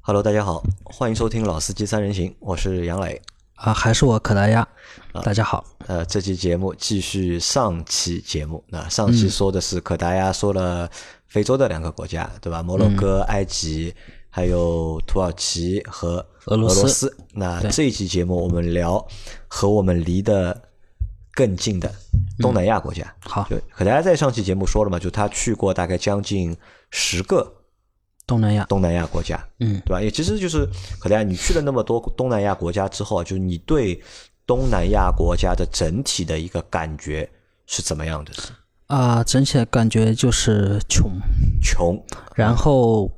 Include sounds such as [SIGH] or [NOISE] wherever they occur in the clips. Hello，大家好，欢迎收听《老司机三人行》，我是杨磊。啊，还是我可达鸭。大家好，呃，这期节目继续上期节目。那上期说的是可达鸭说了非洲的两个国家，对嗯吧？摩洛哥、埃及，还有土耳其和俄罗罗斯那对这一期节目我们聊和我们离得更近的嗯东南亚国家。好，对，可达鸭在上期节目说了嘛，就他去过大概将近十个东南亚，东南亚国家，嗯对吧？也其实就是可能你去了那么多东南亚国家之后啊，就是你对东南亚国家的整体的一个感觉是怎么样的？啊，整体的感觉就是穷，穷然后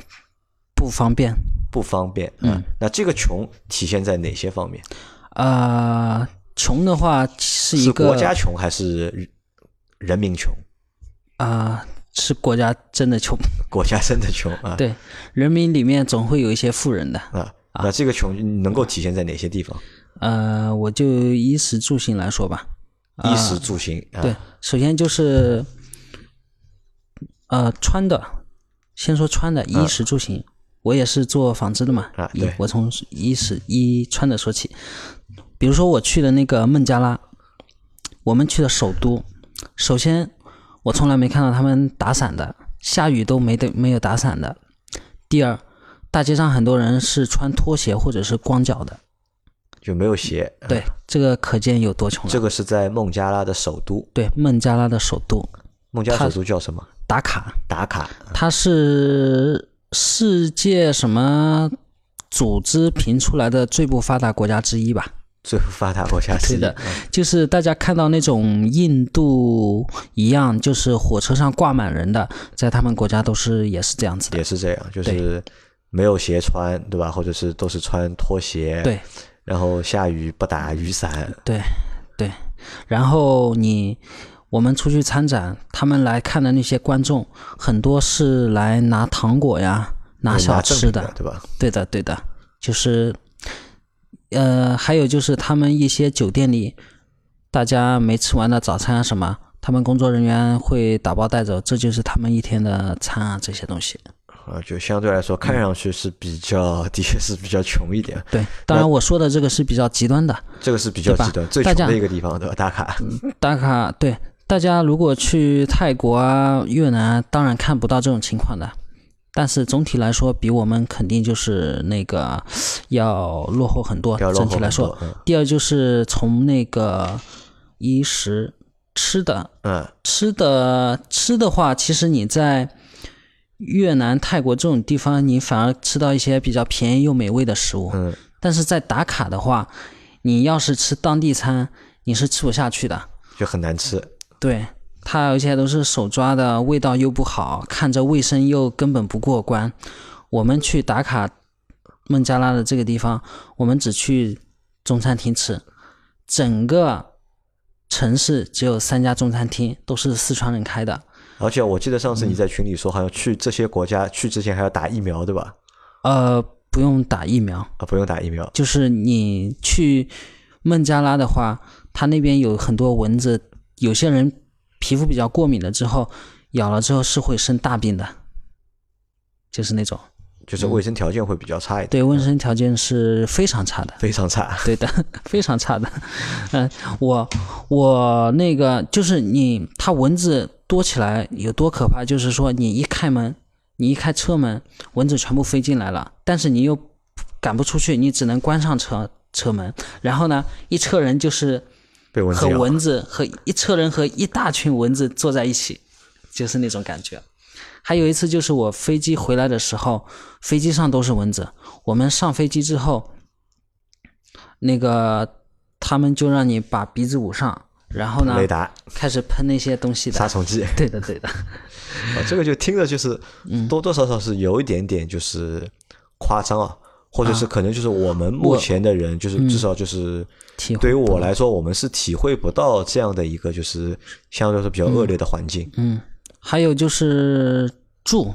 不方便，不方便，嗯，那这个穷体现在哪些方面？啊，穷的话是一是个国家穷还是人人民穷？啊，是国家真的穷， [LAUGHS] 国家真的穷啊？对，人民里面总会有一些富人的，啊，那这个穷能够体现在哪些地方？呃，我就衣食住行来说吧，衣食住行啊，对，首先就是呃穿的，先说穿的，衣食住行。我也是做纺织的嘛，啊衣对我从衣食衣穿的说起。比如说我去的那个孟加拉，我们去的首都，首先我从来没看到他们打伞的，下雨都没得没有打伞的。第二，大街上很多人是穿拖鞋或者是光脚的，就没有鞋。啊对，这个可见有多穷了。这个是在孟加拉的首都，对，孟加拉的首都孟加拉首都叫什么？打卡。打卡它是世界什么组织评出来的最不发达国家之一吧？最不发达国家之一。对的啊就是大家看到那种印度一样，就是火车上挂满人的，在他们国家都是也是这样子的也。是这样，就是没有鞋穿，对吧？或者是都是穿拖鞋，对，然后下雨不打雨伞，对对，然后你我们出去参展，他们来看的那些观众，很多是来拿糖果呀、拿小正吃哦品的，对吧？对的，对的，就是，呃，还有就是他们一些酒店里，大家没吃完的早餐啊什么，他们工作人员会打包带走，这就是他们一天的餐啊这些东西。啊，就相对来说看上去是比较，的确是比较穷一点，对，当然我说的这个是比较极端的，这个是比较对吧极端，最大穷家嗯的一个地方，对吧？打卡，打卡对。大家如果去泰国啊、越南啊，当然看不到这种情况的，但是总体来说，比我们肯定就是那个要落后很多。要落整后体来很说，多，嗯第二就是从那个衣食吃的，嗯，吃的吃的话，其实你在越南、泰国这种地方，你反而吃到一些比较便宜又美味的食物。嗯，但是在打卡的话，你要是吃当地餐，你是吃不下去的。就很难吃，对，它而且都是手抓的，味道又不好，看着卫生又根本不过关。我们去打卡孟加拉的这个地方，我们只去中餐厅吃，整个城市只有三家中餐厅，都是四川人开的。而且我记得上次嗯你在群里说，好像去这些国家去之前还要打疫苗，对吧？呃，不用打疫苗，啊，不用打疫苗，就是你去孟加拉的话，它那边有很多蚊子，有些人皮肤比较过敏了之后，咬了之后是会生大病的，就是那种嗯就是卫生条件会比较差一点，对卫生条件是非常差的。非常差，对的， [LAUGHS] 非常差的。嗯，我我那个就是你，它蚊子多起来有多可怕？就是说你一开门，你一开车门，蚊子全部飞进来了，但是你又赶不出去，你只能关上车车门。然后呢，一车人就是被蚊和子咬。蚊子和一车人和一大群蚊子坐在一起，就是那种感觉。还有一次就是我飞机回来的时候，飞机上都是蚊子。我们上飞机之后，那个他们就让你把鼻子捂上，然后呢雷达、开始喷那些东西杀的。虫 [LAUGHS] 剂，对的，对的，啊，这个就听着就是嗯多多少少是有一点点就是夸张啊，或者是可能就是我们目前的人，就是至少就是嗯体会对于我来说，我们是体会不到这样的一个就是相对来说比较恶劣的环境。嗯，还有就是住，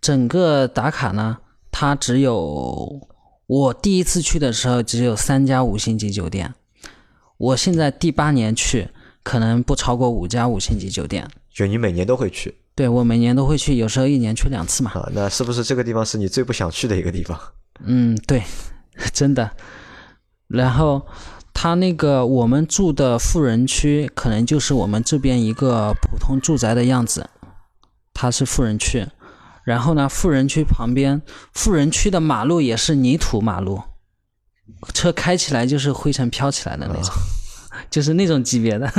整个打卡呢，它只有我第一次去的时候只有三家五星级酒店，我现在第八年去，可能不超过五家五星级酒店。就你每年都会去，对我每年都会去，有时候一年去两次嘛。啊，那是不是这个地方是你最不想去的一个地方？嗯，对， [LAUGHS] 真的。然后他那个我们住的富人区，可能就是我们这边一个普通住宅的样子，它是富人区。然后呢，富人区旁边，富人区的马路也是泥土马路，车开起来就是灰尘飘起来的那种，啊 [LAUGHS] 就是那种级别的。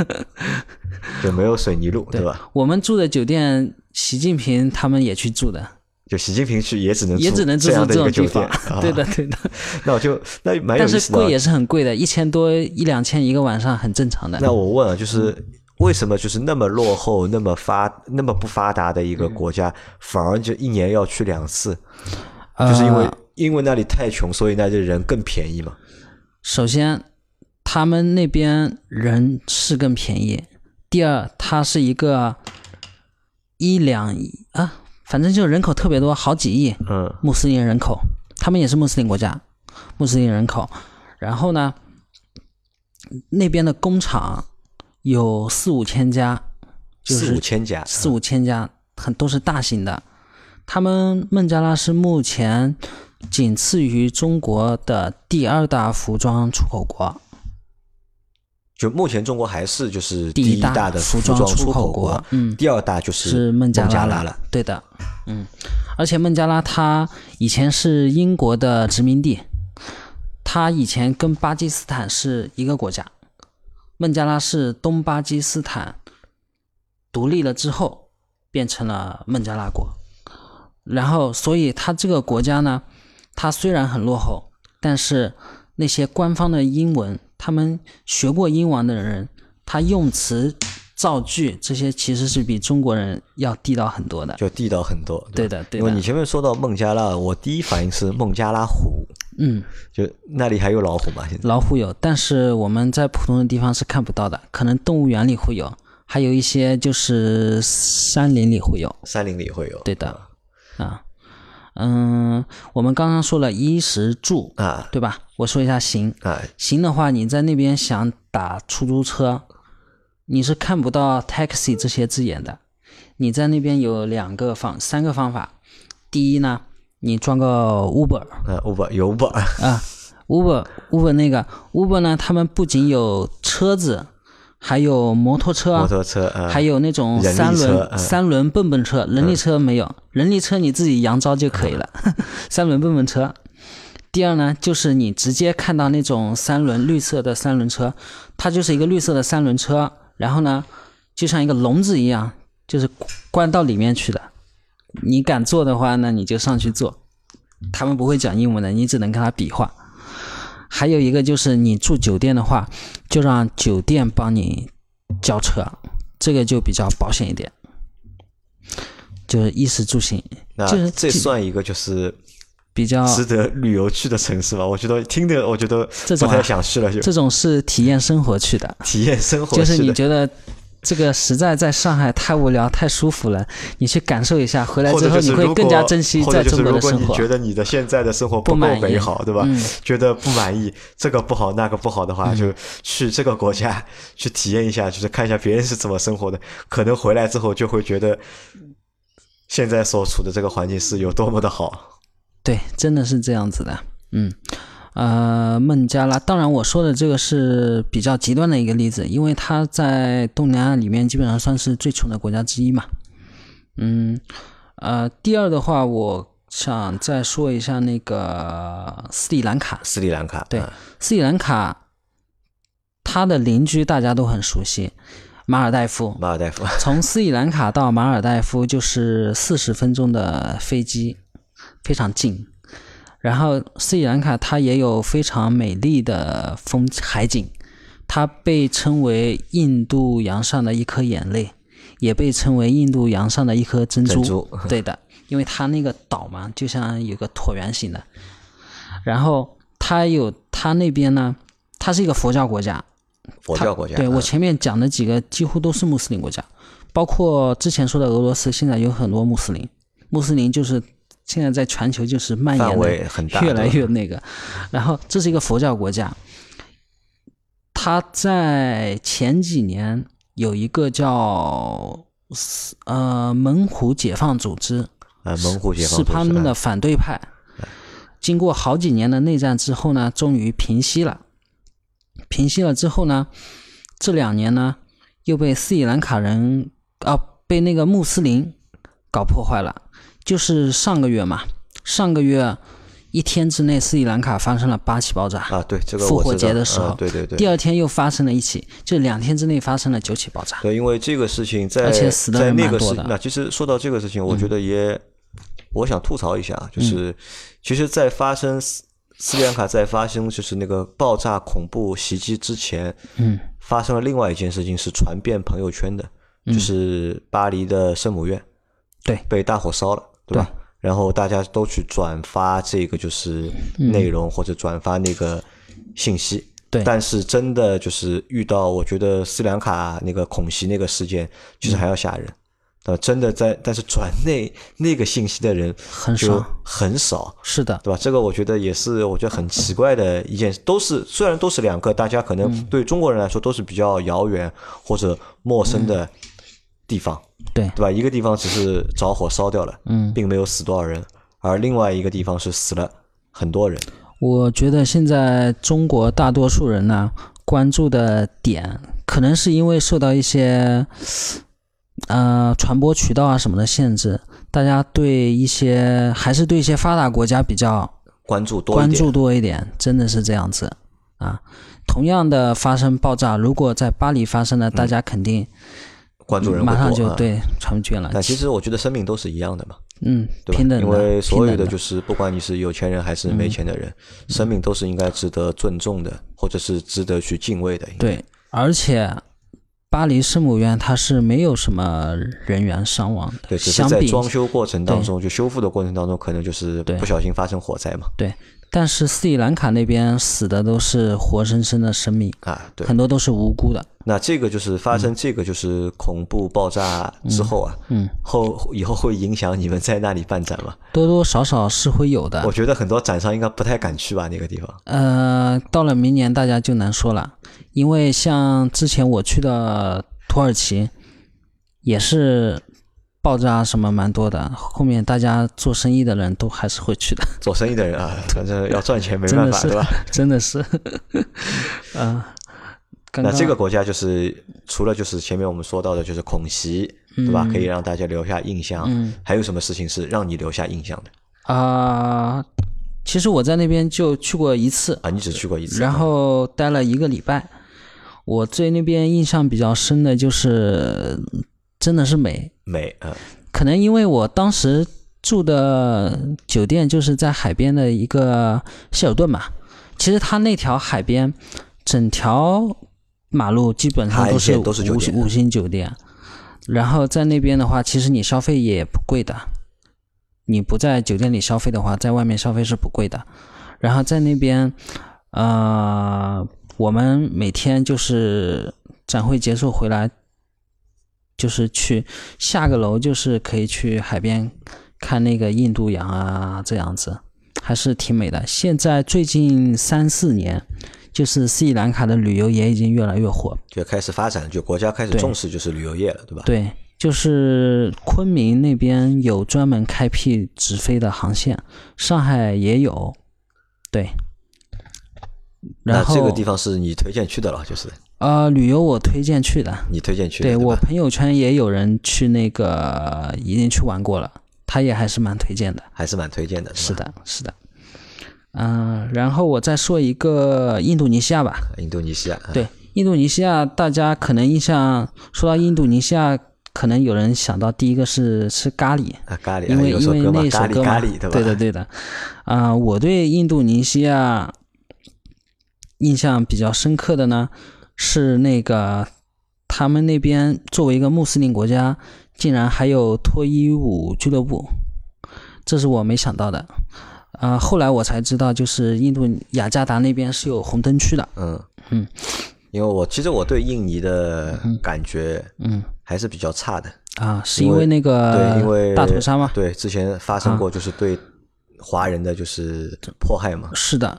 [LAUGHS] 就没有水泥路，对吧？我们住的酒店，习近平他们也去住的，就习近平去也只能也只能住住这样这的一种个酒地店方。。啊 [LAUGHS] 对的，对的。那我就那蛮有但意是思的贵啊。也是很贵的，一千多一两千一个晚上很正常的。那我问啊，就是为什么就是那么落后、那么发、那么不发达的一个国嗯家，反而就一年要去两次？就是因为呃因为那里太穷，所以那里人更便宜嘛。首先，他们那边人是更便宜。第二，它是一个一两亿啊，反正就人口特别多，好几亿嗯穆斯林人口，他们也是穆斯林国家，穆斯林人口。然后呢，那边的工厂有四五千家，就四是五千家，四五千家，很都是大型的。他们孟加拉是目前仅次于中国的第二大服装出口国，就目前中国还是就是第一大的服装出口国，嗯，第二大就是孟孟加拉拉了，。对的，嗯，而且孟加拉它以前是英国的殖民地，它以前跟巴基斯坦是一个国家，孟加拉是东巴基斯坦独立了之后变成了孟加拉国，然后所以它这个国家呢，它虽然很落后，但是那些官方的英文，他们学过英文的人，他用词造句这些其实是比中国人要地道很多的。就地道很多。对吧的，对因为你的，前面说到孟加拉，我第一反应是孟加拉虎，嗯，就那里还有老虎嘛？现在老虎有，但是我们在普通的地方是看不到的，可能动物园里会有，还有一些就是山林里会有。山林里会有。嗯对的，啊，嗯，我们刚刚说了衣食住，啊对吧？我说一下行，啊，行的话，你在那边想打出租车，你是看不到 taxi 这些字眼的。你在那边有两个方三个方法，第一呢，你装个 Uber 呃，Uber 有 Uber 啊，Uber Uber 那个 Uber 呢，他们不仅有车子，还有摩托车啊，摩托车啊，还有那种人力三车轮、嗯三轮蹦蹦车，人力车没有，人力车你自己扬招就可以了，嗯 [LAUGHS] 三轮蹦蹦车。第二呢，就是你直接看到那种三轮绿色的三轮车，它就是一个绿色的三轮车，然后呢，就像一个笼子一样，就是关到里面去的。你敢坐的话，那你就上去坐。他们不会讲英文的，你只能跟他比划。还有一个就是你住酒店的话，就让酒店帮你叫车，这个就比较保险一点。就是衣食住行那就是这这啊算一个就是比较，值得旅游去的城市吧？我觉得听的，我觉得这不种啊太想去了，就这种是体验生活去的，体验生活就是去你的，觉得这个实在在上海太无聊、太舒服了，你去感受一下，回来或之者后就你是会如更果加珍惜或在者就中是国如的果生你活。觉得你的现在的生活够不满意美好，对吧嗯？觉得不满意，这个不好那个不好的话，就去这个国家 [LAUGHS] 去体验一下，就是看一下别人是怎么生活的，可能回来之后就会觉得现在所处的这个环境是有多么的好。对，真的是这样子的。嗯，呃，孟加拉，当然我说的这个是比较极端的一个例子，因为它在东南亚里面基本上算是最穷的国家之一嘛。嗯，呃，第二的话，我想再说一下那个斯里兰卡。斯里兰卡，对嗯，斯里兰卡，它的邻居大家都很熟悉，马尔代夫。马尔代夫， [LAUGHS] 从斯里兰卡到马尔代夫就是四十分钟的飞机，非常近。然后斯里兰卡它也有非常美丽的风海景，它被称为印度洋上的一颗眼泪，也被称为印度洋上的一颗珍珠。珍珠，对的，因为它那个岛嘛，就像有个椭圆形的。然后它有它那边呢，它是一个佛教国家，佛教国家，对嗯我前面讲的几个几乎都是穆斯林国家，包括之前说的俄罗斯，现在有很多穆斯林。穆斯林就是现在在全球就是蔓范延的围很大，越来对吧越那个。然后这是一个佛教国家，它在前几年有一个叫呃猛虎解放组织啊，猛虎解放是组织哎他们啊的反对派。经过好几年的内战之后呢，终于平息了。平息了之后呢，这两年呢，又被斯里兰卡人啊，被那个穆斯林搞破坏了。就是上个月嘛，上个月一天之内，斯里兰卡发生了八起爆炸，啊，对这个复我活知道节的时啊候对对对，第二天又发生了一起，就两天之内发生了九起爆炸。对，因为这个事情在而且死的在人那蛮个多事的，嗯那其实说到这个事情，我觉得也、我想吐槽一下，就是、其实，在发生斯斯里兰卡在发生就是那个爆炸恐怖袭击之前，嗯，发生了另外一件事情是传遍朋友圈的，就是巴黎的圣母院嗯对被大火烧了，对吧？然后大家都去转发这个就是嗯内容或者转发那个信息，对但是真的就是遇到，我觉得斯里兰卡那个恐袭那个事件，其实还要吓人。呃，真的在，但是转那那个信息的人很就少很少，是的，对吧？这个我觉得也是，我觉得很奇怪的一件事。都是虽然都是两个大家可嗯能对中国人来说都是比较遥远或者陌生嗯的地方，对，对吧？一个地方只是着火烧掉了，嗯，并没有死多少人，而另外一个地方是死了很多人。我觉得现在中国大多数人呢关注的点，可能是因为受到一些呃传播渠道啊什么的限制，大家对一些还是对一些发达国家比较关注多一关点，注多一点，真的是这样子啊。同样的发生爆炸，如果在巴黎发生了，大家肯定关嗯注人会嗯马上多就啊对传卷了。但其实我觉得生命都是一样的嘛，嗯，对吧？平等的，因为所有平等的嗯就是不管你是有钱人还是没钱的人，生命都是应该值得尊重的，或者是值得去敬畏的。应该，对，而且巴黎圣母院它是没有什么人员伤亡的，对，只是相在比装修过程当中，就修复的过程当中，可能就是对不小心发生火灾嘛。对，但是斯里兰卡那边死的都是活生生的生命，啊，对，很多都是无辜的。那这个就是发生这个就是恐怖爆炸之后啊，嗯，后以后会影响你们在那里办展吗？多多少少是会有我的。觉得很多展商应该不太敢去吧，那个地方。呃，到了明年大家就难说了，因为像之前我去的土耳其，也是爆炸什么蛮多的，后面大家做生意的人都还是会去的。做生意的人 [LAUGHS] 啊，反正要赚钱没真办的法，是对吧？ [LAUGHS] 真的是，嗯、刚那刚这个国家就是除了就是前面我们说到的，就是恐袭，对嗯吧？可以让大家留下印象。还有什么事情是让你留下印象的啊、其实我在那边就去过一次，啊？你只去过一次，然后待了一个礼拜。我对那边印象比较深的就是，真的是美。美啊、可能因为我当时住的酒店就是在海边的一个希尔顿嘛，其实它那条海边整条马路基本上都海是鲜都是酒五店五星酒店，然后在那边的话，其实你消费也不贵的，你不在酒店里消费的话，在外面消费是不贵的。然后在那边，呃，我们每天就是展会结束回来，就是去下个楼，就是可以去海边看那个印度洋啊，这样子还是挺美的。现在最近三四年，就是斯里兰卡的旅游也已经越来越火，就开始发展，就国家开始对重视就是旅游业了，对吧？对，就是昆明那边有专门开辟直飞的航线，上海也有，对。然那后这个地方是你推荐去的了，就是呃，旅游我推荐去的，你推荐去的，对对我吧朋友圈也有人去那个，已经去玩过了，他也还是蛮推荐的。还是蛮推荐的，对吧是。的，是的。嗯、然后我再说一个印度尼西亚吧。印度尼西亚，啊，对，印度尼西亚，大家可能印象说到印度尼西亚，可能有人想到第一个是吃咖喱，啊，咖喱，因啊为有因首为歌嘛那，首咖歌喱嘛，咖喱，吧？对的对的。啊、我对印度尼西亚印象比较深刻的呢，是那个他们那边作为一个穆斯林国家，竟然还有脱衣舞俱乐部，这是我没想到的。呃，后来我才知道，就是印度雅加达那边是有红灯区的。嗯嗯，因为我其实我对印尼的感觉，嗯，还是比较差的。啊，是因为那对，个因为呃大屠杀吗？啊对，之前发生过就是对华人的就是迫害嘛。是的，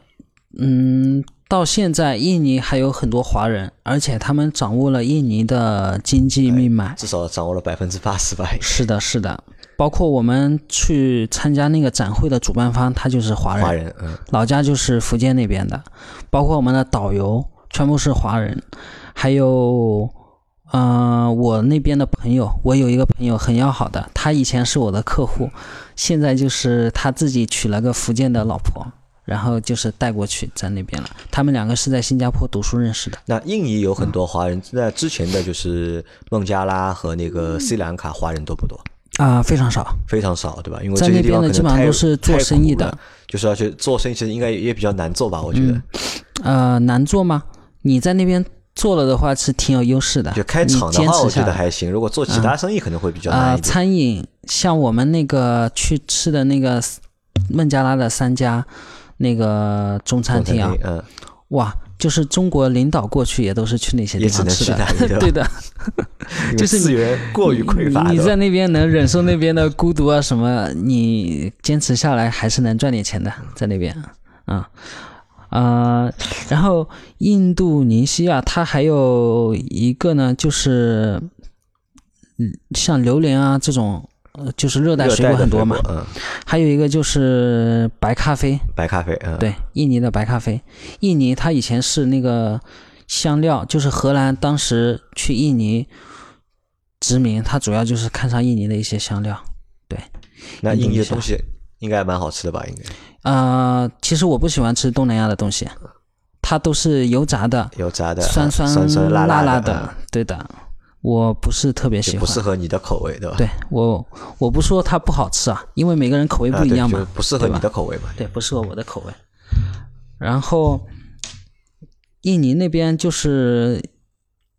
嗯，到现在，印尼还有很多华人，而且他们掌握了印尼的经济命脉。至少掌握了百分之八十吧。是的，是的，包括我们去参加那个展会的主办方，他就是华人，华人，嗯，老家就是福建那边的，包括我们的导游全部是华人，还有，呃，我那边的朋友，我有一个朋友很要好的，他以前是我的客户，现在就是他自己娶了个福建的老婆，然后就是带过去在那边了。他们两个是在新加坡读书认识的。那印尼有很多嗯华人，那之前的就是孟加拉和那个斯里兰卡华人多不多？啊、非常少，非常少，对吧？因为在这些那地方边可能的基本上太都是做生意，太苦的嗯了，就是而且做生意其实应该也比较难做吧？我觉得，呃，难做吗？你在那边做了的话是挺有优势的，就开你厂的坚话，持我觉下得来。还行。如果做其他生意，可能会比较难啊，一点。餐饮像我们那个去吃的那个孟加拉的三家那个中餐中餐厅啊，厅嗯，哇，就是中国领导过去也都是去那些地也只方能吃去的那， [LAUGHS] 里，对吧？的，因为就是资源过于匮乏，你对吧在那边能忍受那边的孤独啊什么，你坚持下来还是能赚点钱的，在那边啊。呃，然后印度尼西亚它还有一个呢，就是嗯像榴莲啊这种，呃就是热带热水果的很多嘛。嗯，还有一个就是白咖啡，白咖啡，嗯，，对，印尼的白咖啡。印尼它以前是那个香料，就是荷兰当时去印尼殖民，它主要就是看上印尼的一些香料。那印尼的印度东尼西应该蛮好吃的吧？应该呃，其实我不喜欢吃东南亚的东西，它都是油炸的，油炸的，酸嗯酸酸辣辣的，的，对的，我不是特别嗯喜就欢不。适合你的口味，对吧？对我，我不说它不好吃啊，因为每个人口味啊，不一样嘛就。不适合对吧你的口味嘛。对，不适合我的口味。然后，印尼那边就是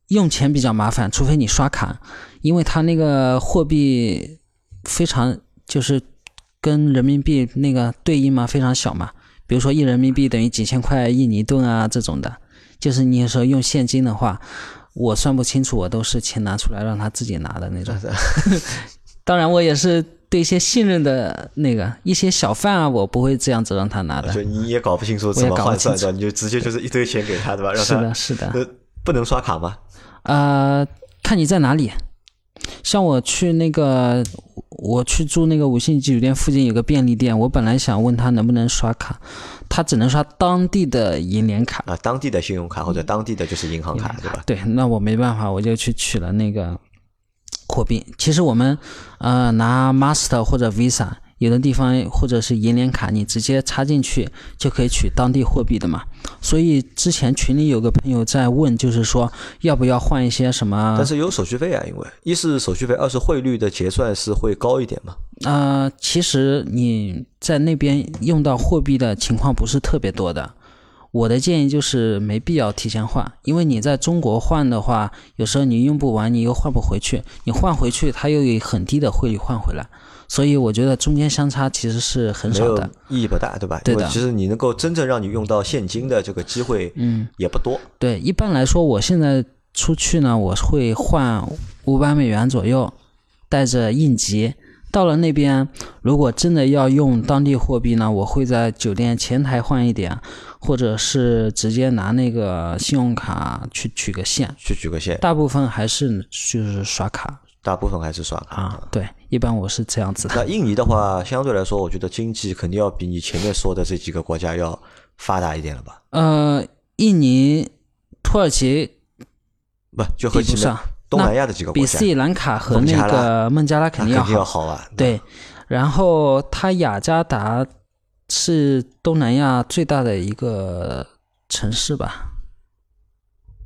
用钱比较麻烦，除非你刷卡，因为它那个货币非常就是跟人民币那个对应嘛，非常小嘛。比如说一人民币等于几千块印尼盾啊这种的，就是你有时候用现金的话，我算不清楚，我都是钱拿出来让他自己拿的那种。当然，我也是对一些信任的那个一些小贩啊，我不会这样子让他拿的。就你也搞不清楚怎我也么搞不换算清的，你就直接就是一堆钱给他，对吧？让是他的，是的。呃不能刷卡吗？呃，看你在哪里。像我去那个，我去住那个五星级酒店附近有个便利店，我本来想问他能不能刷卡，他只能刷当地的银联卡。啊，当地的信用卡或嗯者当地的就是银行卡，对吧？对，那我没办法，我就去取了那个货币。其实我们呃拿 Master 或者 Visa，有的地方或者是银联卡，你直接插进去就可以取当地货币的嘛。所以之前群里有个朋友在问，就是说要不要换一些什么但是有手续费啊，因为一是手续费，二是汇率的结算是会高一点嘛。呃，其实你在那边用到货币的情况不是特别多的。我的建议就是没必要提前换，因为你在中国换的话，有时候你用不完，你又换不回去，你换回去它又以很低的汇率换回来，所以我觉得中间相差其实是很没少有的。意义不大，对吧？对的因为其实你能够真正让你用到现金的这个机会，嗯，也不多。对，一般来说，我现在出去呢，我会换五百美元左右，带着应急。到了那边，如果真的要用当地货币呢，我会在酒店前台换一点，或者是直接拿那个信用卡去取个现。去举个线，大部分还是就是刷卡大部分还是刷卡。啊，对，一般我是这样子的。那印尼的话，相对来说，我觉得经济肯定要比你前面说的这几个国家要发达一点了吧？呃，印尼、土耳其不，就和比不前面上，东南亚的几个国比家斯，里兰卡和孟那加拉个孟加拉肯那定要肯定好要。好啊。对，然后它雅加达是东南亚最大的一个城市吧？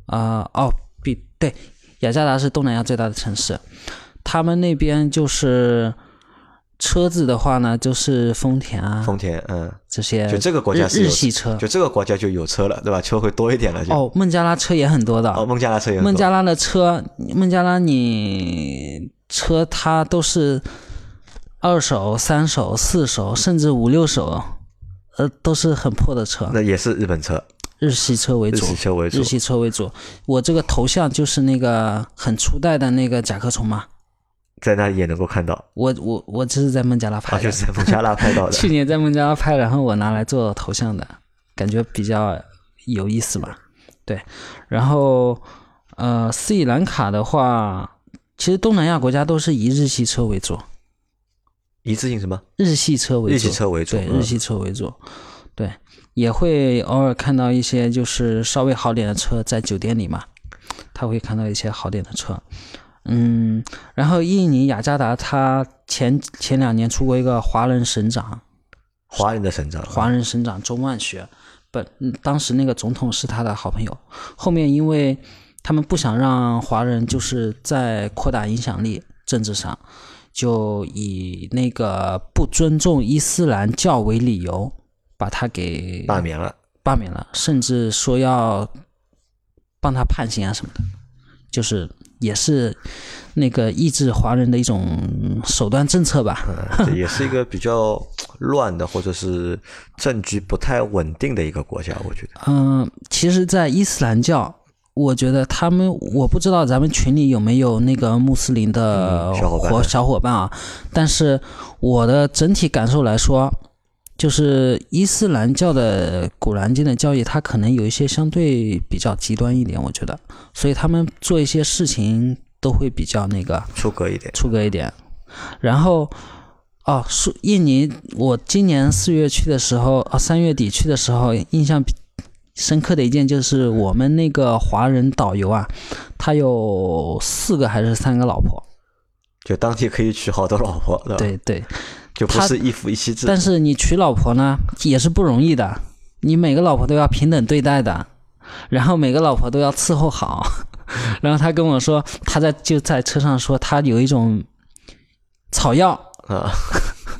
啊、哦，比对，雅加达是东南亚最大的城市。他们那边就是车子的话呢，就是丰田啊丰田，嗯，这些，就这个国家是日有日系车。就这个国家就有车了，对吧？车会多一点了，就哦，孟加拉车也很多的。哦，孟加拉车有很多孟加拉的车，孟加拉你车它都是二手、三手、四手，甚至五六手，呃，都是很破的车，那也是日本车，日系车为日主，系车为主日。系车为主。我这个头像就是那个很初代的那个甲壳虫嘛，在那里也能够看到，我我我这是在孟加拉啊，拍的，就是 [LAUGHS] 在孟加拉拍到的。去年在孟加拉拍，然后我拿来做头像的，感觉比较有意思吧？对，然后呃，斯里兰卡的话，其实东南亚国家都是以日系车为主，一次性什么？日系车为主，日系车为主，对，嗯日系车为主，对，也会偶尔看到一些就是稍微好点的车在酒店里嘛，他会看到一些好点的车，嗯，然后印尼雅加达，他前前两年出过一个华人省长，华人的省长，华人省长周万学，本嗯当时那个总统是他的好朋友，后面因为他们不想让华人就是在扩大影响力，政治上就以那个不尊重伊斯兰教为理由，把他给罢免了，罢免了，甚至说要帮他判刑啊什么的，就是也是那个抑制华人的一种手段政策吧。嗯，这也是一个比较乱的，或者是政局不太稳定的一个国家，我觉得。嗯，其实，在伊斯兰教，我觉得他们，我不知道咱们群里有没有那个穆斯林的嗯小伙伴伙小伙伴啊，但是我的整体感受来说，就是伊斯兰教的古兰经的教义，它可能有一些相对比较极端一点，我觉得，所以他们做一些事情都会比较那个，出格一点，出格一点。然后，哦，是印尼，我今年四月去的时候，啊，三月底去的时候，印象比深刻的一件就是我们那个华人导游啊，他有四个还是三个老婆，就当地可以娶好多老 [LAUGHS] 婆，吧，对对，就不他嗯是一夫一妻制。但是你娶老婆呢也是不容易的，你每个老婆都要平等对待的，然后每个老婆都要伺候好。 [LAUGHS] 然后他跟我说，他在就在车上说，他有一种草药，啊， [LAUGHS]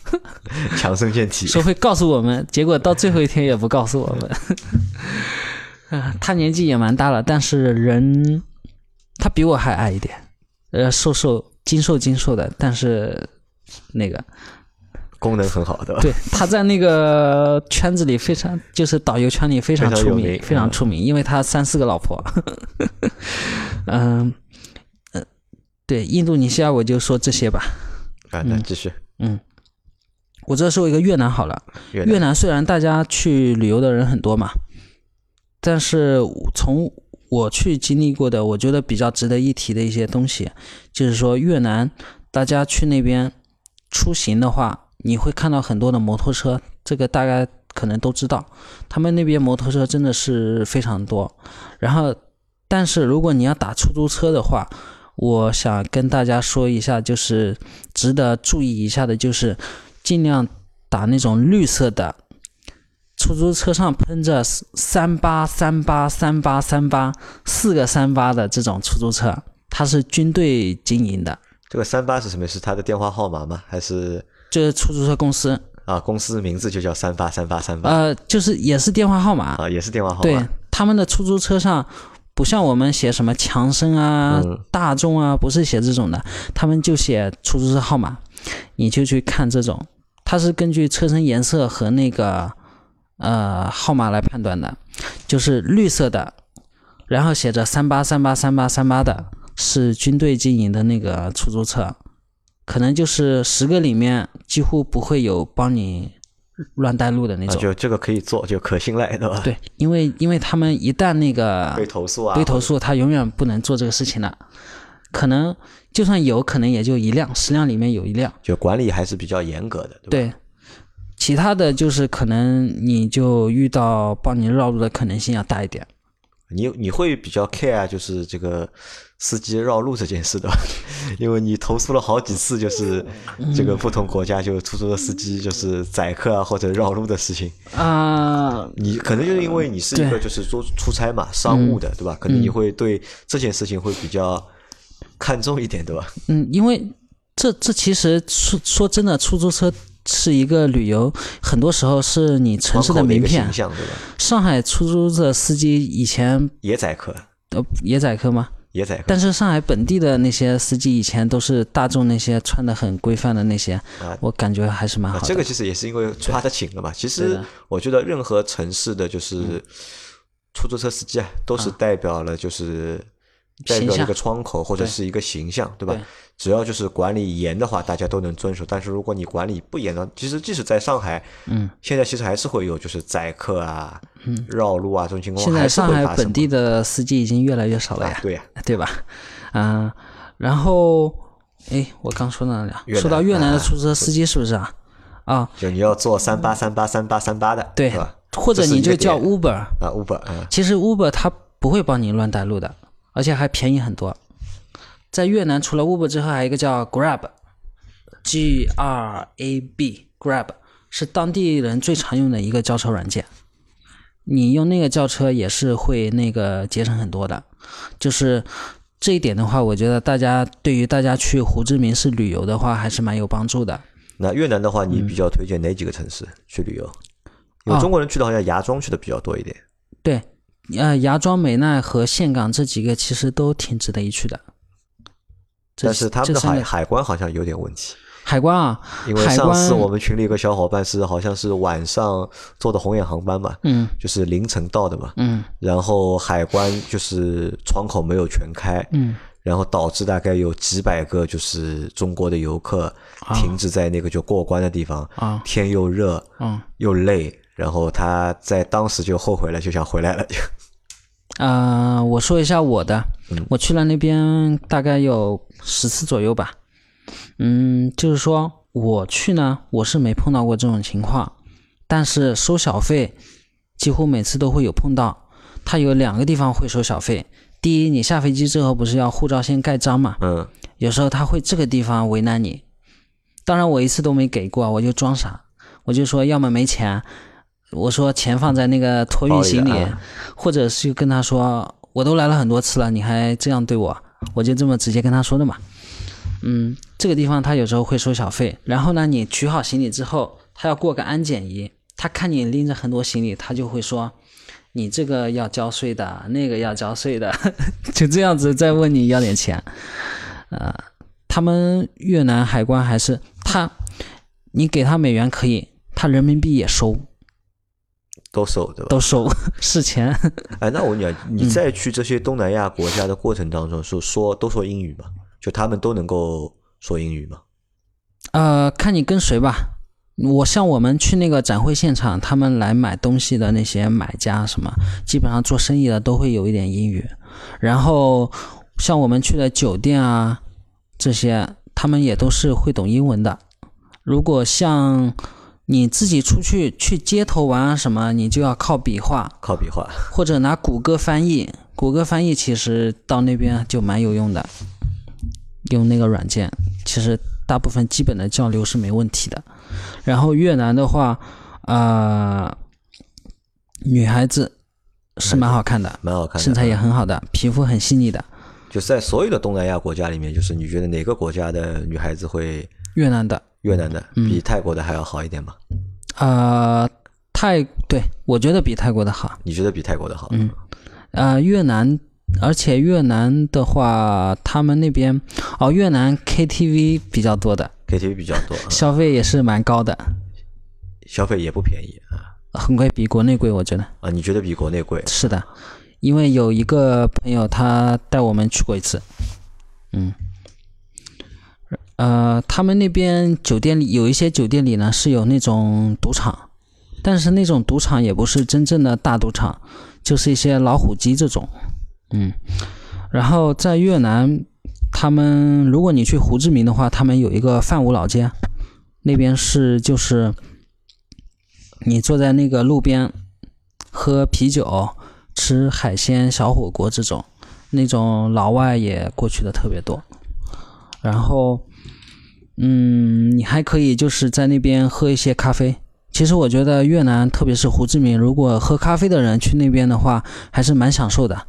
强身健体，说会告诉我们，结果到最后一天也不告诉 [LAUGHS] 我们。啊，他年纪也蛮大了，但是人他比我还矮一点，呃，瘦瘦精瘦精瘦的，但是那个功能很好的。对，他在那个圈子里非常，就是导游圈里非常非常出有名，名嗯非常出名，因为他三四个老婆。 [LAUGHS] 嗯，呃，对，印度尼西亚我就说这些吧。啊，嗯那继续我这说一个越南好了，越越南南虽然大家去旅游的人很多嘛，但是从我去经历过的，我觉得比较值得一提的一些东西，就是说越南大家去那边出行的话，你会看到很多的摩托车，这个大概可能都知道，他们那边摩托车真的是非常多。然后，但是如果你要打出租车的话，我想跟大家说一下，就是值得注意一下的，就是尽量打那种绿色的，出租车上喷着三八三八三八三八四个三八的这种出租车，它是军队经营的，这个三八是什么？是他的电话号码吗？还是就是出租车公司，啊，公司名字就叫三八三八三八呃，就是也是电话号码，啊，也是电话号对码。，他们的出租车上不像我们写什么强生啊、嗯大众啊，不是写这种的，他们就写出租车号码，你就去看这种，它是根据车身颜色和那个呃号码来判断的，就是绿色的，然后写着三八三八三八三八的是军队经营的那个出租车。可能就是十个里面几乎不会有帮你乱带路的那啊，种，就这个可以做，就可信赖的吧？对，因为因为他们一旦那个被投诉啊，被投诉，他永远不能做这个事情了。可能就算有，可能也就一辆，十辆里面有一辆。就管理还是比较严格的，对吧？对，其他的就是可能你就遇到帮你绕路的可能性要大一点。你你会比较 care 就是这个司机绕路这件事的吧， [LAUGHS] 因为你投诉了好几次，就是这个不同国家就出租车司机就是宰客啊或者绕路的事情。啊、你可能就是因为你是一个对嗯就是做出差嘛，商务的，对吧？可能你会对这件事情会比较看重一点，对吧？嗯，因为这这其实说说真的，出租车是一个旅游，很多时候是你城市窗口的一名个片形。象，对吧？上海出租车司机以前野宰客，呃也宰客吗？野宰客但是上海本地的那些司机以前都是大众那些穿的很规范的那些，啊我感觉还是蛮好啊，的。这个其实也是因为抓得紧了嘛。其对实的嗯我觉得任何城市的就是出租车司机啊，都是代表了就是代形表一象个窗口或者对是一个形象，对吧对？只要就是管理严的话，大家都能遵守。但是如果你管理不严的话，其实即使在上海，嗯，现在其实还是会有就是宰客啊，绕路啊，这种情况现在还是上会海发生本地的司机已经越来越少了嘛呀啊，，对呀、对吧？嗯、然后，哎，我刚说到哪里啊？越南说到越南啊的出租车司机是不是啊？啊，就你要做三八三八三八三八的，对是吧？，或者这是你一个就叫点 Uber，啊，Uber 啊，其实 Uber 它不会帮你乱带路的，而且还便宜很多。在越南，除了 Uber 之后，还有一个叫 Grab，G R A B，Grab 是当地人最常用的一个叫车软件。你用那个叫车也是会那个节省很多的，就是这一点的话，我觉得大家对于大家去胡志明市旅游的话，还是蛮有帮助的。那越南的话，嗯你比较推荐哪几个城市去旅游？啊因为中国人去的好像芽庄去的比较多一点，对，呃，芽庄、美奈和岘港这几个其实都挺值得一去的。这但是他们的这三海个海关好像有点问题。海关啊，因为海上次关我们群里有个小伙伴是好像是晚上坐的红眼航班嘛，嗯就是凌晨到的嘛，嗯然后海关就是窗口没有全开，嗯，然后导致大概有几百个就是中国的游客停滞在那个就过关的地方，啊天又热嗯又累，然后他在当时就后悔了，就想回来了。就呃，我说一下我的，我去了那边大概有十次左右吧。嗯，就是说我去呢，我是没碰到过这种情况，但是收小费几乎每次都会有碰到。它有两个地方会收小费，第一，你下飞机之后不是要护照先盖章嘛，嗯，有时候他会这个地方为难你。当然我一次都没给过，我就装傻，我就说要么没钱，我说钱放在那个托运行包李，里的啊或者是跟他说我都来了很多次了，你还这样对我，我就这么直接跟他说的嘛。嗯，这个地方他有时候会收小费，然后呢，你取好行李之后，他要过个安检仪，他看你拎着很多行李，他就会说。你这个要交税的，那个要交税的， [LAUGHS] 就这样子再问你要点钱，呃，他们越南海关还是他，你给他美元可以，他人民币也收，都收对吧？都嗯收 [LAUGHS] 是钱。哎，那我问你啊，你在去这些东南亚国家的过程当中，是说都说英语吗？就他们都能够说英语吗？呃，看你跟谁吧。我像我们去那个展会现场，他们来买东西的那些买家什么，基本上做生意的都会有一点英语。然后像我们去的酒店啊这些，他们也都是会懂英文的。如果像你自己出去去街头玩啊什么，你就要靠比划，靠比划。或者拿谷歌翻译，谷歌翻译其实到那边就蛮有用的，用那个软件，其实大部分基本的交流是没问题的。然后越南的话，呃，女孩子是蛮好看的， [LAUGHS] 蛮好看的，身材也很好的，皮肤很细腻的，就是在所有的东南亚国家里面，就是你觉得哪个国家的女孩子会越南的，越南的嗯比泰国的还要好一点吗？呃，泰，对我觉得比泰国的好。你觉得比泰国的好？嗯，呃，越南，而且越南的话，他们那边哦，越南 KTV 比较多的， KTV 比较多，啊消费也是蛮高的，消费也不便宜啊很贵，比国内贵，我觉得啊！你觉得比国内贵？是的。因为有一个朋友他带我们去过一次，嗯，呃，他们那边酒店里有一些酒店里呢是有那种赌场，但是那种赌场也不是真正的大赌场，就是一些老虎机这种，嗯。然后在越南，他们如果你去胡志明的话，他们有一个范武老街，那边是就是你坐在那个路边喝啤酒、吃海鲜小火锅这种，那种老外也过去的特别多。然后，嗯，你还可以就是在那边喝一些咖啡。其实我觉得越南，特别是胡志明，如果喝咖啡的人去那边的话，还是蛮享受的。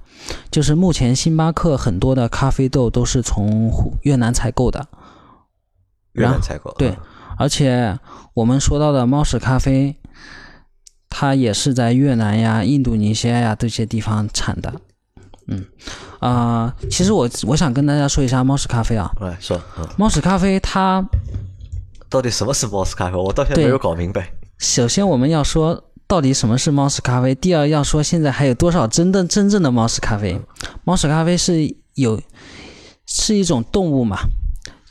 就是目前星巴克很多的咖啡豆都是从胡越南采购的，越然南后采购对啊而且我们说到的猫屎咖啡，它也是在越南呀、印度尼西亚呀这些地方产的。嗯，啊、其实我我想跟大家说一下猫屎咖啡啊，来说啊，猫屎咖啡它到底什么是 Boss 咖啡？我到现在对没有搞明白。首先我们要说到底什么是猫屎咖啡，第二要说现在还有多少真的真正的猫屎咖啡。猫屎咖啡是有是一种动物嘛，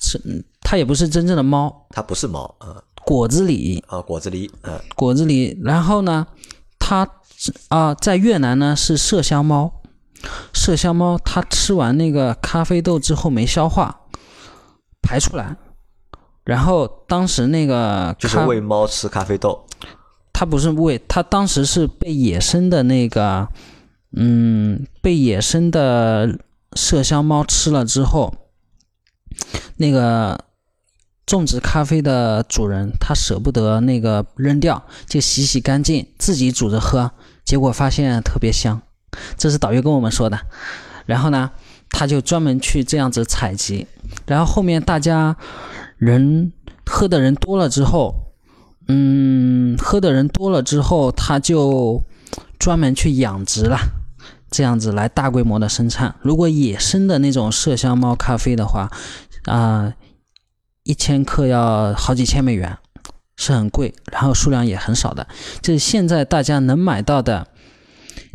是嗯它也不是真正的猫，它不是猫啊果子狸啊，果子狸啊，果子狸。然后呢，它啊、在越南呢是麝香猫，麝香猫它吃完那个咖啡豆之后没消化，排出来，然后当时那个就是咖喂猫吃咖啡豆，它不是喂，它当时是被野生的那个，嗯，被野生的麝香猫吃了之后，那个种植咖啡的主人他舍不得那个扔掉，就洗洗干净，自己煮着喝，结果发现特别香，这是导游跟我们说的。然后呢，他就专门去这样子采集，然后后面大家人喝的人多了之后，嗯，喝的人多了之后，他就专门去养殖了，这样子来大规模的生产。如果野生的那种麝香猫咖啡的话，啊、一千克要好几千美元，是很贵，然后数量也很少的。这是现在大家能买到的，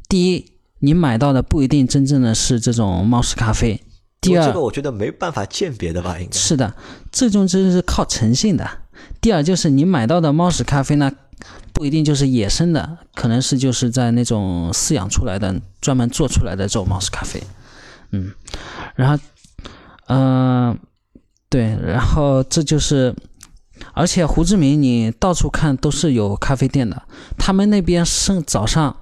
第一，你买到的不一定真正的是这种猫屎咖啡。第因为二这个，我觉得没办法鉴别的吧，应该是的，这种真是靠诚信的。第二就是你买到的猫屎咖啡呢，不一定就是野生的，可能是就是在那种饲养出来的、专门做出来的这种猫屎咖啡。嗯，然后，呃，对，然后这就是，而且胡志明你到处看都是有咖啡店的，他们那边是早上。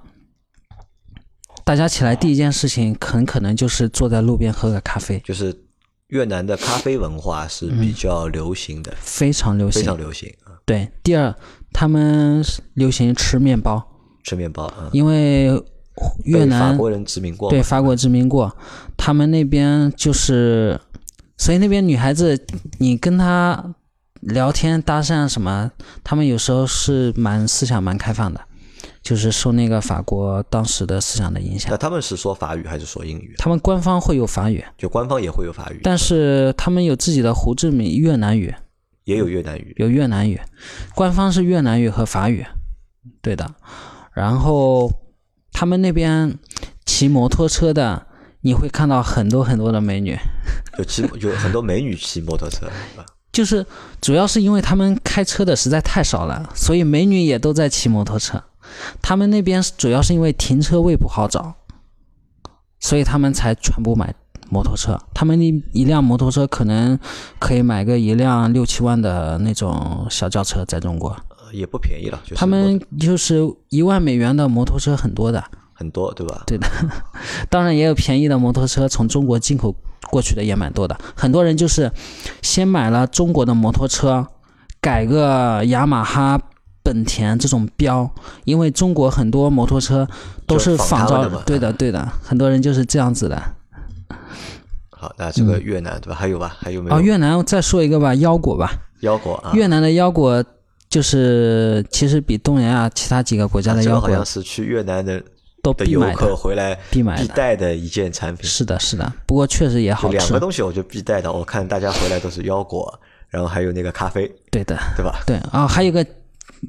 大家起来第一件事情，很可能就是坐在路边喝个咖啡，就是越南的咖啡文化是比较流行的，非常流非行。常流行啊，对，第二，他们是流行吃面包，吃面包啊，因为越被法南国人殖民过嘛，对法国殖民过，他们那边就是，所以那边女孩子，你跟她聊天搭讪什么，他们有时候是蛮思想蛮开放的，就是受那个法国当时的思想的影响那。他们是说法语还是说英语？啊他们官方会有法语，就官方也会有法语，但是他们有自己的胡志明越南语，也有越南语，有越南语，官方是越南语和法语，对的。然后他们那边骑摩托车的，你会看到很多很多的美女，就骑就很多美女骑摩托车啊，就是主要是因为他们开车的实在太少了，所以美女也都在骑摩托车。他们那边主要是因为停车位不好找，所以他们才全部买摩托车。他们一一辆摩托车可能可以买个一辆六七万的那种小轿车，在中国。呃也不便宜了，就是他们就是一万美元的摩托车很多的，很多对吧？对的。当然也有便宜的摩托车，从中国进口过去的也蛮多的。很多人就是先买了中国的摩托车，改个雅马哈、本田这种标，因为中国很多摩托车都就是仿仿他们照的嘛，哎对的，对的，很多人就是这样子的。好，那这个越南对吧？还有吧？还有没哦，有？越南再说一个吧，腰果吧，腰果啊，越南的腰果就是其实比东南亚其他几个国家啊的这个腰好像果是去越南的都的必游买的，客回来必买必的。带的一件产品。是的，是的，不过确实也就好两个吃。东西，我觉得必带的。我看大家回来都是腰果，然后还有那个咖啡，对的，对 [LAUGHS] 吧？对啊、还有一个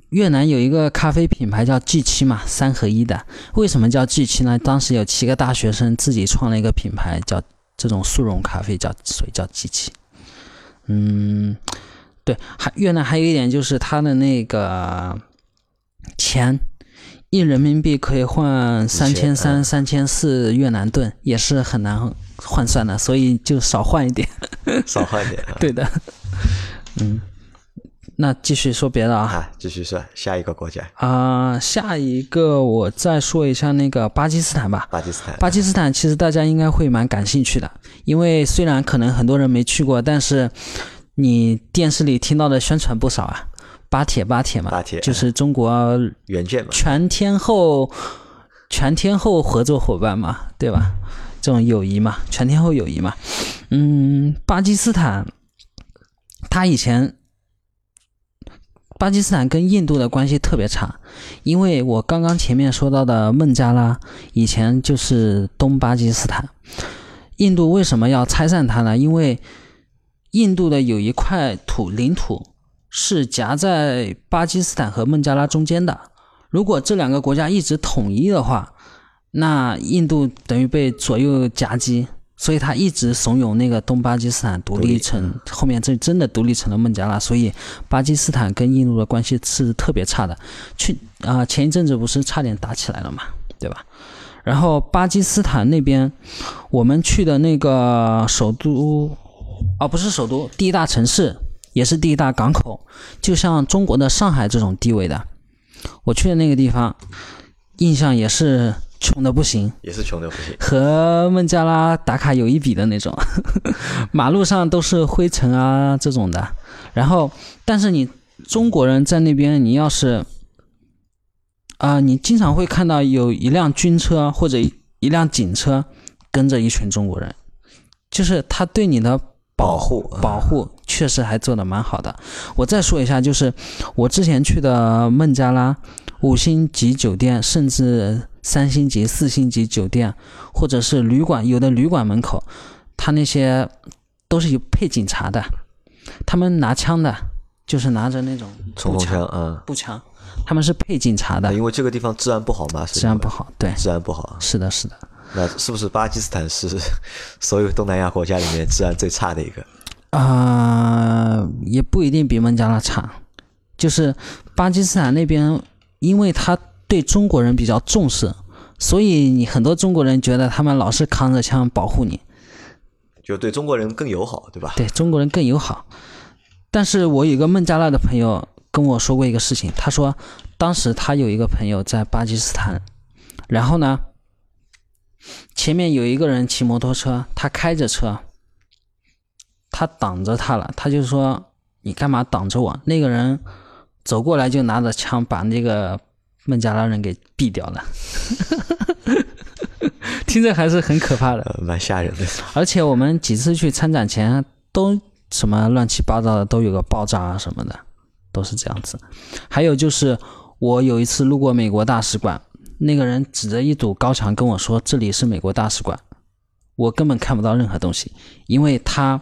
越南有一个咖啡品牌叫 G 七嘛，三合一的。为什么叫 G 七呢？当时有七个大学生自己创了一个品牌，叫这种速溶咖啡叫，所以叫 G 七。嗯，对，还越南还有一点就是它的那个钱。一人民币可以换三千千嗯三、三千四越南盾，也是很难换算的，所以就少换一点。少喝一点啊。对的，嗯，那继续说别的啊啊，继续说下一个国家，啊、下一个我再说一下那个巴基斯坦吧。巴基斯坦。巴基斯坦其实大家应该会蛮感兴趣的，因为虽然可能很多人没去过，但是你电视里听到的宣传不少啊。巴铁，巴铁嘛，巴铁就是中国原件嘛，全天候全天候合作伙伴嘛，对吧？这种友谊嘛，全天候友谊嘛。嗯，巴基斯坦，他以前巴基斯坦跟印度的关系特别差，因为我刚刚前面说到的孟加拉以前就是东巴基斯坦，印度为什么要拆散它呢？因为印度的有一块土领土是夹在巴基斯坦和孟加拉中间的。如果这两个国家一直统一的话，那印度等于被左右夹击，所以他一直怂恿那个东巴基斯坦独独立立成，后面这真的独立成了孟加拉，所以巴基斯坦跟印度的关系是特别差的。去啊、前一阵子不是差点打起来了嘛，对吧？然后巴基斯坦那边，我们去的那个首都，啊，不是首都，第一大城市，也是第一大港口，就像中国的上海这种地位的，我去的那个地方，印象也是穷的不行，也是穷的不行。和孟加拉打卡有一比的那种， [LAUGHS] 马路上都是灰尘啊这种的。然后，但是你中国人在那边，你要是啊、你经常会看到有一辆军车或者一辆警车跟着一群中国人，就是他对你的保护啊保护确实还做的蛮好的。我再说一下，就是我之前去的孟加拉五星级酒店，甚至三星级、四星级酒店，或者是旅馆，有的旅馆门口，他那些都是有配警察的，他们拿枪的，就是拿着那种冲步锋枪枪、啊，步枪，他们是配警察的，因为这个地方治安不好嘛，是治安因为不好。对，治安不好。是的，是的。那是不是巴基斯坦是所有东南亚国家里面治安最差的一个？啊、也不一定比孟加拉差，就是巴基斯坦那边，因为他对中国人比较重视，所以你很多中国人觉得他们老是扛着枪保护你，就对中国人更友好，对吧？对中国人更友好。但是我有一个孟加拉的朋友跟我说过一个事情，他说当时他有一个朋友在巴基斯坦，然后呢，前面有一个人骑摩托车，他开着车，他挡着他了，他就说你干嘛挡着我？那个人走过来就拿着枪把那个孟加拉人给毙掉了， [LAUGHS] 听着还是很可怕的。呃，蛮吓人的。而且我们几次去参展前都什么乱七八糟的，都有个爆炸啊什么的，都是这样子。还有就是我有一次路过美国大使馆，那个人指着一堵高墙跟我说：“这里是美国大使馆。”我根本看不到任何东西，因为他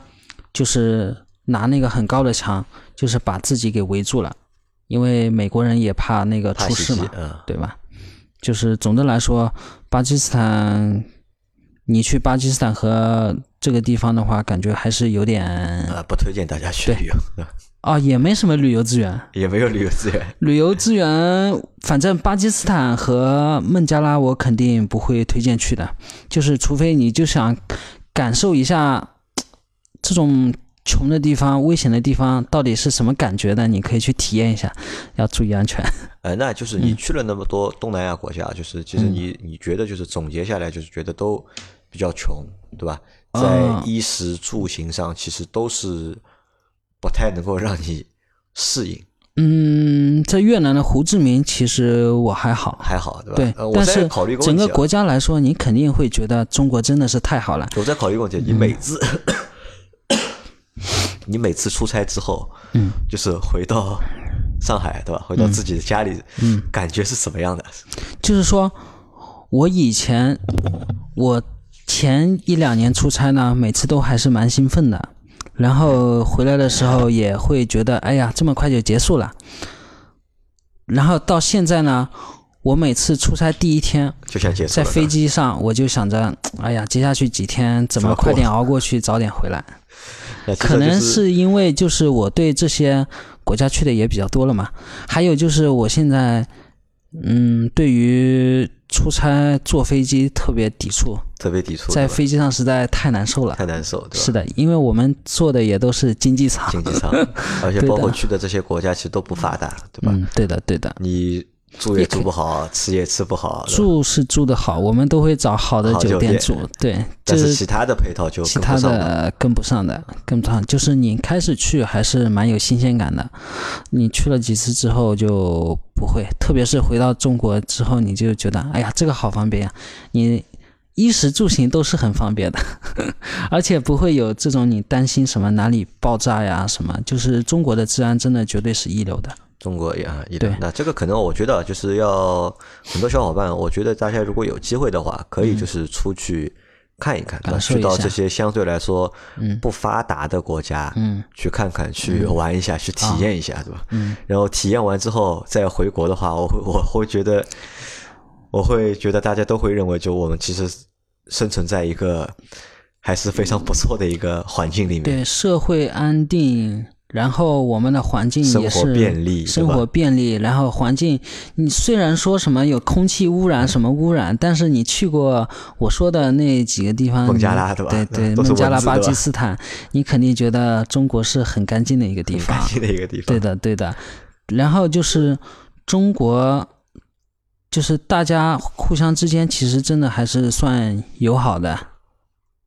就是拿那个很高的墙，就是把自己给围住了。因为美国人也怕那个怕出袭事击嘛，啊，对吧？就是总的来说，巴基斯坦，你去巴基斯坦和这个地方的话，感觉还是有点呃，不推荐大家去旅游，啊、也没什么旅游资源。也没有旅游资源。旅游资源，反正巴基斯坦和孟加拉我肯定不会推荐去的，就是除非你就想感受一下这种穷的地方、危险的地方到底是什么感觉的，你可以去体验一下，要注意安全。呃，那就是嗯你去了那么多东南亚国家，就是其实你你觉得就是总结下来，就是觉得都比较穷，对吧？在啊衣食住行上，其实都是不太能够让你适应，嗯，在越南的胡志明其实我还好，还好，对吧？对呃，我但在是考虑一个问整题、个啊，国家来说，你肯定会觉得中国嗯真的是太好了。我在考虑一个问题，你每次、你每次出差之后，嗯，就是回到上海，对吧？回到自己的家里，嗯，感觉是什么样的？就是说，我以前我前一两年出差呢，每次都还是蛮兴奋的，然后回来的时候也会觉得，哎呀，这么快就结束了。然后到现在呢，我每次出差第一天，就像结束在了，飞机上我就想着，哎呀，接下去几天怎怎么么过快点熬过去，早点回来。那其实可能就是是因为就是我对这些国家去的也比较多了嘛，还有就是我现在嗯，对于出差坐飞机特别抵触，特别抵触，在对吧飞机上实在太难受了。太难受，对吧？是的，因为我们坐的也都是经济舱。经济 [LAUGHS] 舱，而且对的包括去的这些国家其实都不发达，对吧？嗯，对的，对的。你住也住不好，吃也吃不好，对吧住是住的好，我们都会找好的好酒酒店店住。对，这但是其他的配套就其跟他不上了。的跟不上的，跟不上。就是你开始去还是蛮有新鲜感的，你去了几次之后就不会，特别是回到中国之后，你就觉得哎呀，这个好方便呀、你衣食住行都是很方便的， [LAUGHS] 而且不会有这种你担心什么哪里爆炸呀什么。就是中国的治安真的绝对是一流的。中国也啊，一流对。那这个可能我觉得啊就是要很多小伙伴，我觉得大家如果有机会的话，可以就是出去看一看，对吧嗯感受去一下到这些相对来说嗯不发达的国家，嗯，去看看，去玩一下，去体验一下，对吧？嗯，然后体验完之后再回国的话，我会我会觉得，我会觉得大家都会认为，就我们其实生存在一个还是非常不错的一个环境里面。对社会安定，然后我们的环境生也活是便利对生吧活便利，然后环境，你虽然说什么有空气污染什么污染，但是你去过我说的那几个地方，孟加拉你对吧对对，都是孟加蚊拉、子对巴基吧斯坦，你肯定觉得中国是很干净的一个地很方干，净的一个地方。对的，对的。然后就是中国，就是大家互相之间其实真的还是算友好的，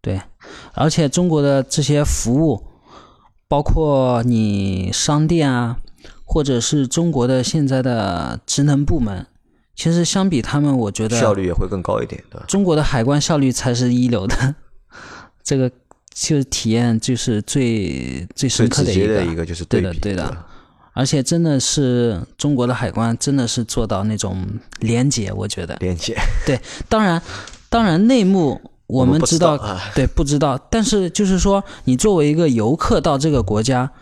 对。而且中国的这些服务，包括你商店啊，或者是中国的现在的职能部门，其实相比他们，我觉得效率也会更高一点，对吧？中国的海关效率才是一流的， [LAUGHS] 这个就是体验就是最最最深刻直的接一个的。一个就是对比，的对的吧而且真的是中国的海关真的是做到那种廉洁，我觉得。连接。当然，当然内幕我们们不知知道，啊，对，不知道。但是就是说，你作为一个游客到这个国家，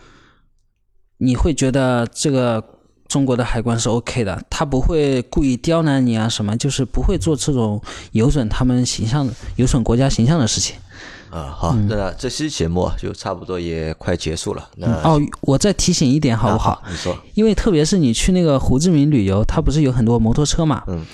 你会觉得这个中国的海关是 OK 的，他不会故意刁难你啊什么，就是不会做这种有损他们形象、有损国家形象的事情。啊好，嗯那这期节目啊就差不多也快结束了。那哦，我再提醒一点好不好？你说，因为特别是你去那个胡志明旅游，它不是有很多摩托车嘛？嗯，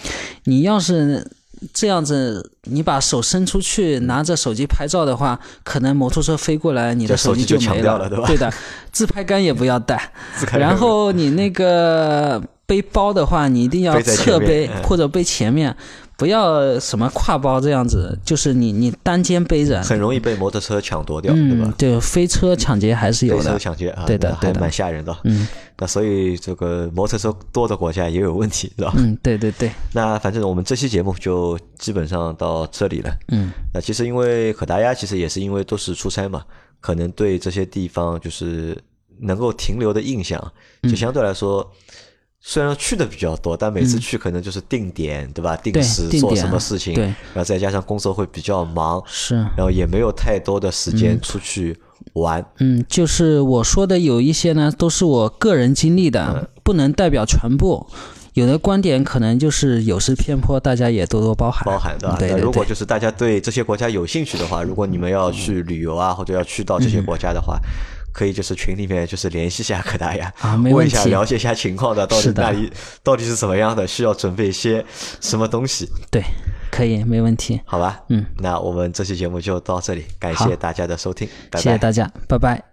你要是这样子，你把手伸出去拿着手机拍照的话，可能摩托车飞过来，你这的手机机就抢没掉了对吧对的，自拍杆也不要带。自 [LAUGHS] 开然门后你那个背包的话，你一定要背在前侧背面嗯或者背前面，不要什么挎包这样子，就是你你单肩背着。很容易被摩托车抢夺掉，对嗯吧，？对，飞车抢劫还是有飞车的。抢劫啊，对的那对还的蛮吓人的。嗯那所以这个摩托车多的国家也有问题，对吧？嗯，对对对，那反正我们这期节目就基本上到这里了。嗯，那其实因为可达鸭其实也是因为都是出差嘛，可能对这些地方就是能够停留的印象，嗯就相对来说，虽然去的比较多，但每次去可能就是定点，对吧？定嗯对时定做点啊什么事情，对然后再加上工作会比较忙，是。然后也没有太多的时间出去玩。嗯，就是我说的有一些呢，都是我个人经历嗯的，不能代表全部。有的观点可能就是有失偏颇，大家也多多包涵。包含的啊。对对那对。如果就是大家对这些国家有兴趣的话，如果你们要去旅游啊，或者要去到这嗯些国家的话，可以就是群里面就是联系一下可达 [LAUGHS] 呀，啊没问问一题下了解一下情况的，到底是的那里到底是怎么样的，需要准备一些什么东西，对，可以，没问题。好吧？嗯，那我们这期节目就到这里，感好谢大家的收听，拜拜。谢谢大家，拜拜。